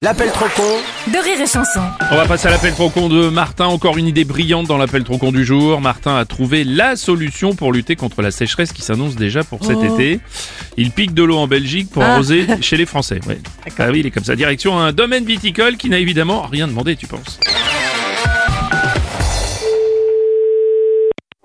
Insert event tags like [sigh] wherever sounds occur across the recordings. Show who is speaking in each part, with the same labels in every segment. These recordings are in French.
Speaker 1: L'appel trop con
Speaker 2: de rire et chanson.
Speaker 3: On va passer à l'appel trop con de Martin. Encore une idée brillante dans l'appel trop con du jour. Martin a trouvé la solution pour lutter contre la sécheresse qui s'annonce déjà pour cet été. Il pique de l'eau en Belgique pour arroser chez les Français. Ouais. Ah oui, il est comme ça. Direction un domaine viticole qui n'a évidemment rien demandé, tu penses.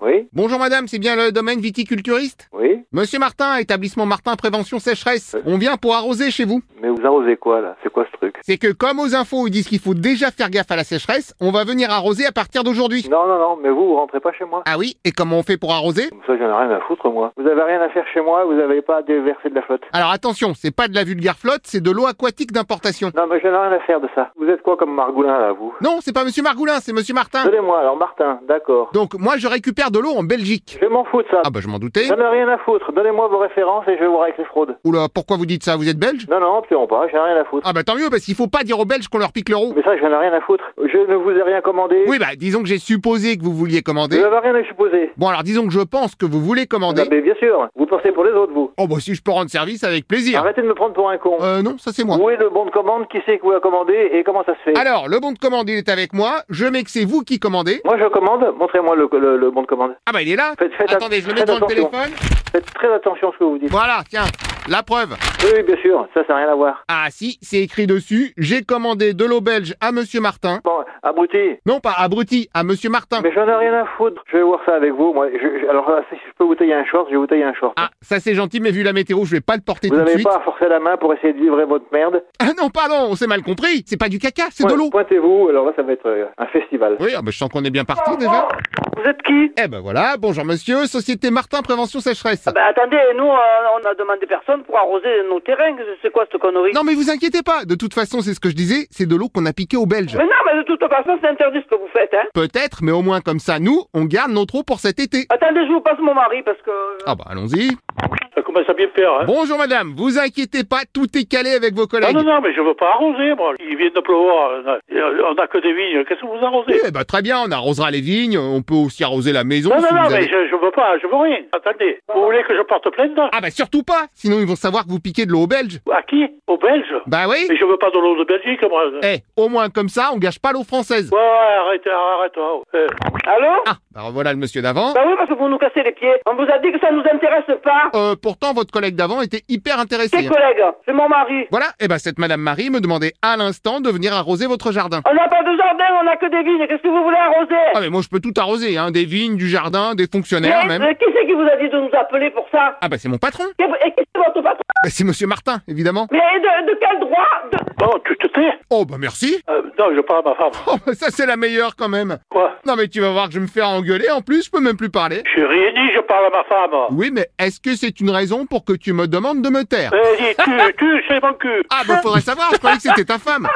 Speaker 4: Oui,
Speaker 5: Bonjour madame, c'est bien le domaine viticulturiste
Speaker 4: oui.
Speaker 5: Monsieur Martin, établissement Martin Prévention Sécheresse, on vient pour arroser chez vous.
Speaker 4: Mais vous arrosez quoi là C'est quoi ce truc
Speaker 5: C'est que comme aux infos ils disent qu'il faut déjà faire gaffe à la sécheresse, on va venir arroser à partir d'aujourd'hui.
Speaker 4: Non, non, non, mais vous, vous rentrez pas chez moi.
Speaker 5: Ah oui, et comment on fait pour arroser
Speaker 4: Comme ça, j'en ai rien à foutre, moi. Vous avez rien à faire chez moi, vous avez pas à déverser de la flotte.
Speaker 5: Alors attention, c'est pas de la vulgaire flotte, c'est de l'eau aquatique d'importation.
Speaker 4: Non, mais j'en ai rien à faire de ça. Vous êtes quoi comme Margoulin là, vous
Speaker 5: Non, c'est pas monsieur Margoulin, c'est monsieur Martin.
Speaker 4: Donnez-moi alors, Martin, d'accord.
Speaker 5: Donc moi je récupère de l'eau en Belgique.
Speaker 4: Je m'en fous de ça.
Speaker 5: Ah bah je m'en doutais.
Speaker 4: J'en ai rien à foutre. Donnez-moi vos références et je vais voir avec les fraudes.
Speaker 5: Oula, pourquoi vous dites ça Vous êtes belge
Speaker 4: Non, non, absolument pas, j'en ai rien à foutre.
Speaker 5: Ah bah tant mieux, parce qu'il faut pas dire aux Belges qu'on leur pique l'euro.
Speaker 4: Mais ça, j'en ai rien à foutre. Je ne vous ai rien commandé.
Speaker 5: Oui bah disons que j'ai supposé que vous vouliez
Speaker 4: Vous
Speaker 5: commander.
Speaker 4: n'avez rien à supposer.
Speaker 5: Bon alors disons que je pense que vous voulez
Speaker 4: Ah,
Speaker 5: commander.
Speaker 4: mais bien sûr, vous pensez pour les autres, vous.
Speaker 5: Oh bah si je peux rendre service avec plaisir.
Speaker 4: Arrêtez de me prendre pour un con.
Speaker 5: Euh non, ça c'est moi.
Speaker 4: Où est le bon de commande Qui c'est qui vous l'a commandé Et comment ça se fait
Speaker 5: Alors, le bon de commande, il est avec moi. Je mets que c'est vous qui commandez.
Speaker 4: Moi, je commande. Montrez-moi le, le- le bon de commande.
Speaker 5: Ah bah il est là.
Speaker 4: Faites- faites
Speaker 5: Attendez,
Speaker 4: att-
Speaker 5: je le mets
Speaker 4: faites
Speaker 5: dans le
Speaker 4: attention.
Speaker 5: téléphone.
Speaker 4: Faites très attention à ce que vous dites.
Speaker 5: Voilà, tiens, la preuve.
Speaker 4: Oui, oui, bien sûr, ça, ça n'a rien à voir.
Speaker 5: Ah si, c'est écrit dessus. J'ai commandé de l'eau belge à Monsieur Martin.
Speaker 4: Bon, abruti,
Speaker 5: Non, pas abruti, à Monsieur Martin.
Speaker 4: mais j'en ai rien à foutre. Je vais voir ça avec vous, moi. Je- je- alors, là, si je peux vous tailler un short, je vais vous tailler un short.
Speaker 5: Ah, ça c'est gentil, mais vu la météo, je vais pas le porter
Speaker 4: vous
Speaker 5: tout de
Speaker 4: n'avez
Speaker 5: suite.
Speaker 4: pas à forcer la main pour essayer de livrer votre merde.
Speaker 5: Ah non, pardon, on s'est mal compris. C'est pas du caca, c'est de
Speaker 4: Point-
Speaker 5: l'eau.
Speaker 4: Pointez-vous, alors là, ça va être euh, un festival.
Speaker 5: Oui, ah bah, je sens qu'on est bien parti déjà.
Speaker 6: Oh, Vous êtes qui
Speaker 5: Eh ben voilà, bonjour monsieur, Société Martin Prévention Sécheresse.
Speaker 6: Ben attendez, nous euh, on a demandé personne pour arroser nos terrains. C'est quoi cette connerie
Speaker 5: Non mais vous inquiétez pas, de toute façon c'est ce que je disais, c'est de l'eau qu'on a piquée aux Belges.
Speaker 6: Mais non, mais de toute façon c'est interdit ce que vous faites. Hein.
Speaker 5: Peut-être, mais au moins comme ça, nous, on garde notre eau pour cet été.
Speaker 6: Attendez, je vous passe mon mari parce que. euh,
Speaker 5: Ah bah allons-y.
Speaker 7: Ça commence à bien faire, hein.
Speaker 5: Bonjour madame, vous inquiétez pas, tout est calé avec vos
Speaker 7: Ah
Speaker 5: collègues.
Speaker 7: non, non, mais je veux pas arroser, moi. Il vient de pleuvoir. euh, euh, On n'a que des vignes. Qu'est-ce que vous arrosez
Speaker 5: Eh bah très bien, on arrosera les vignes, on peut aussi arroser la maison
Speaker 7: Non, non,
Speaker 5: si
Speaker 7: non,
Speaker 5: vous
Speaker 7: mais
Speaker 5: avez-
Speaker 7: je, je veux pas, je veux rien. Attendez. Vous voulez que je porte plainte
Speaker 5: Ah bah surtout pas, sinon ils vont savoir que vous piquez de l'eau aux Belges.
Speaker 7: À qui Aux Belges
Speaker 5: Bah oui.
Speaker 7: Mais je veux pas de l'eau de Belgique, moi.
Speaker 5: Eh, au moins comme ça, on gâche pas l'eau française.
Speaker 7: Ouais, ouais, arrête, arrête. oh, euh.
Speaker 6: Allô
Speaker 5: Ah, bah voilà le monsieur d'avant.
Speaker 6: Bah oui, parce que vous nous cassez les pieds. On vous a dit que ça nous intéresse pas.
Speaker 5: Euh, pourtant votre collègue d'avant était hyper
Speaker 6: Tes
Speaker 5: intéressé. hein.
Speaker 6: collègues, c'est mon mari.
Speaker 5: Voilà, eh bah cette madame Marie me demandait à l'instant de venir arroser votre jardin.
Speaker 6: On n'a pas de jardin, on n'a que des vignes. Qu'est-ce que vous voulez arroser
Speaker 5: Ah mais moi je peux tout arroser, hein, des vignes, du jardin, des fonctionnaires
Speaker 6: Mais,
Speaker 5: même.
Speaker 6: euh, qui c'est qui vous a dit de nous appeler pour ça
Speaker 5: Ah bah c'est mon patron.
Speaker 6: Et et qui c'est votre patron
Speaker 5: Bah, c'est monsieur Martin, évidemment.
Speaker 6: Mais de, de quel droit de...
Speaker 7: Bon, tu te tais
Speaker 5: Oh bah merci.
Speaker 7: Euh, Non, je parle à ma femme.
Speaker 5: Oh bah ça c'est la meilleure quand même.
Speaker 7: Quoi
Speaker 5: Non mais tu vas voir que je vais me faire engueuler en plus, je peux même plus parler.
Speaker 7: Je n'ai rien dit, je parle à ma femme.
Speaker 5: Oui mais est-ce que c'est une raison pour que tu me demandes de me taire
Speaker 7: Eh, dis,
Speaker 5: [laughs]
Speaker 7: tu, tu, c'est mon cul.
Speaker 5: Ah bah faudrait savoir, je croyais que c'était ta femme.